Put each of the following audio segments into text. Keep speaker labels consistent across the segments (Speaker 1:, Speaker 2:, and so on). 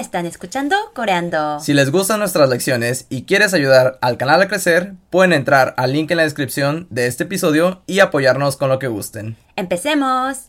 Speaker 1: están escuchando Coreando.
Speaker 2: Si les gustan nuestras lecciones y quieres ayudar al canal a crecer, pueden entrar al link en la descripción de este episodio y apoyarnos con lo que gusten.
Speaker 1: ¡Empecemos!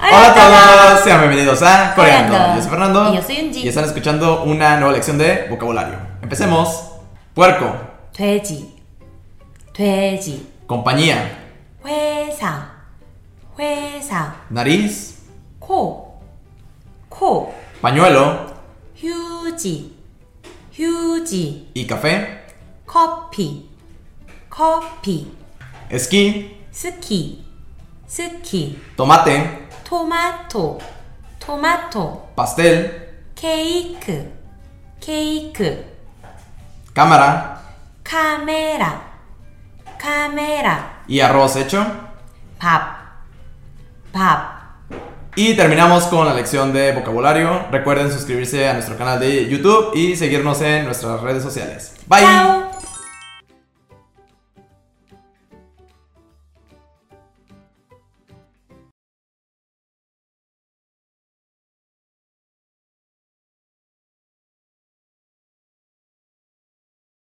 Speaker 2: Hola a todos, sean bienvenidos a Coreando.
Speaker 1: Coreando.
Speaker 2: Yo soy Fernando
Speaker 1: Y yo soy Unji.
Speaker 2: y están escuchando una nueva lección de vocabulario. Empecemos. Puerco,
Speaker 1: 돼지, 돼지,
Speaker 2: compañía,
Speaker 1: 회사, 회사,
Speaker 2: nariz,
Speaker 1: 코, 코,
Speaker 2: pañuelo
Speaker 1: 휴지, 휴지,
Speaker 2: y café,
Speaker 1: 커피, 커피,
Speaker 2: esquí,
Speaker 1: 스키, 스키,
Speaker 2: tomate,
Speaker 1: 토마토, 토마토,
Speaker 2: pastel,
Speaker 1: 케이크, 케이크,
Speaker 2: cámara
Speaker 1: 카메라, 카메라,
Speaker 2: y arroz hecho.
Speaker 1: 밥, 밥,
Speaker 2: Y terminamos con la lección de vocabulario. Recuerden suscribirse a nuestro canal de YouTube y seguirnos en nuestras redes sociales. Bye.
Speaker 1: 짜오.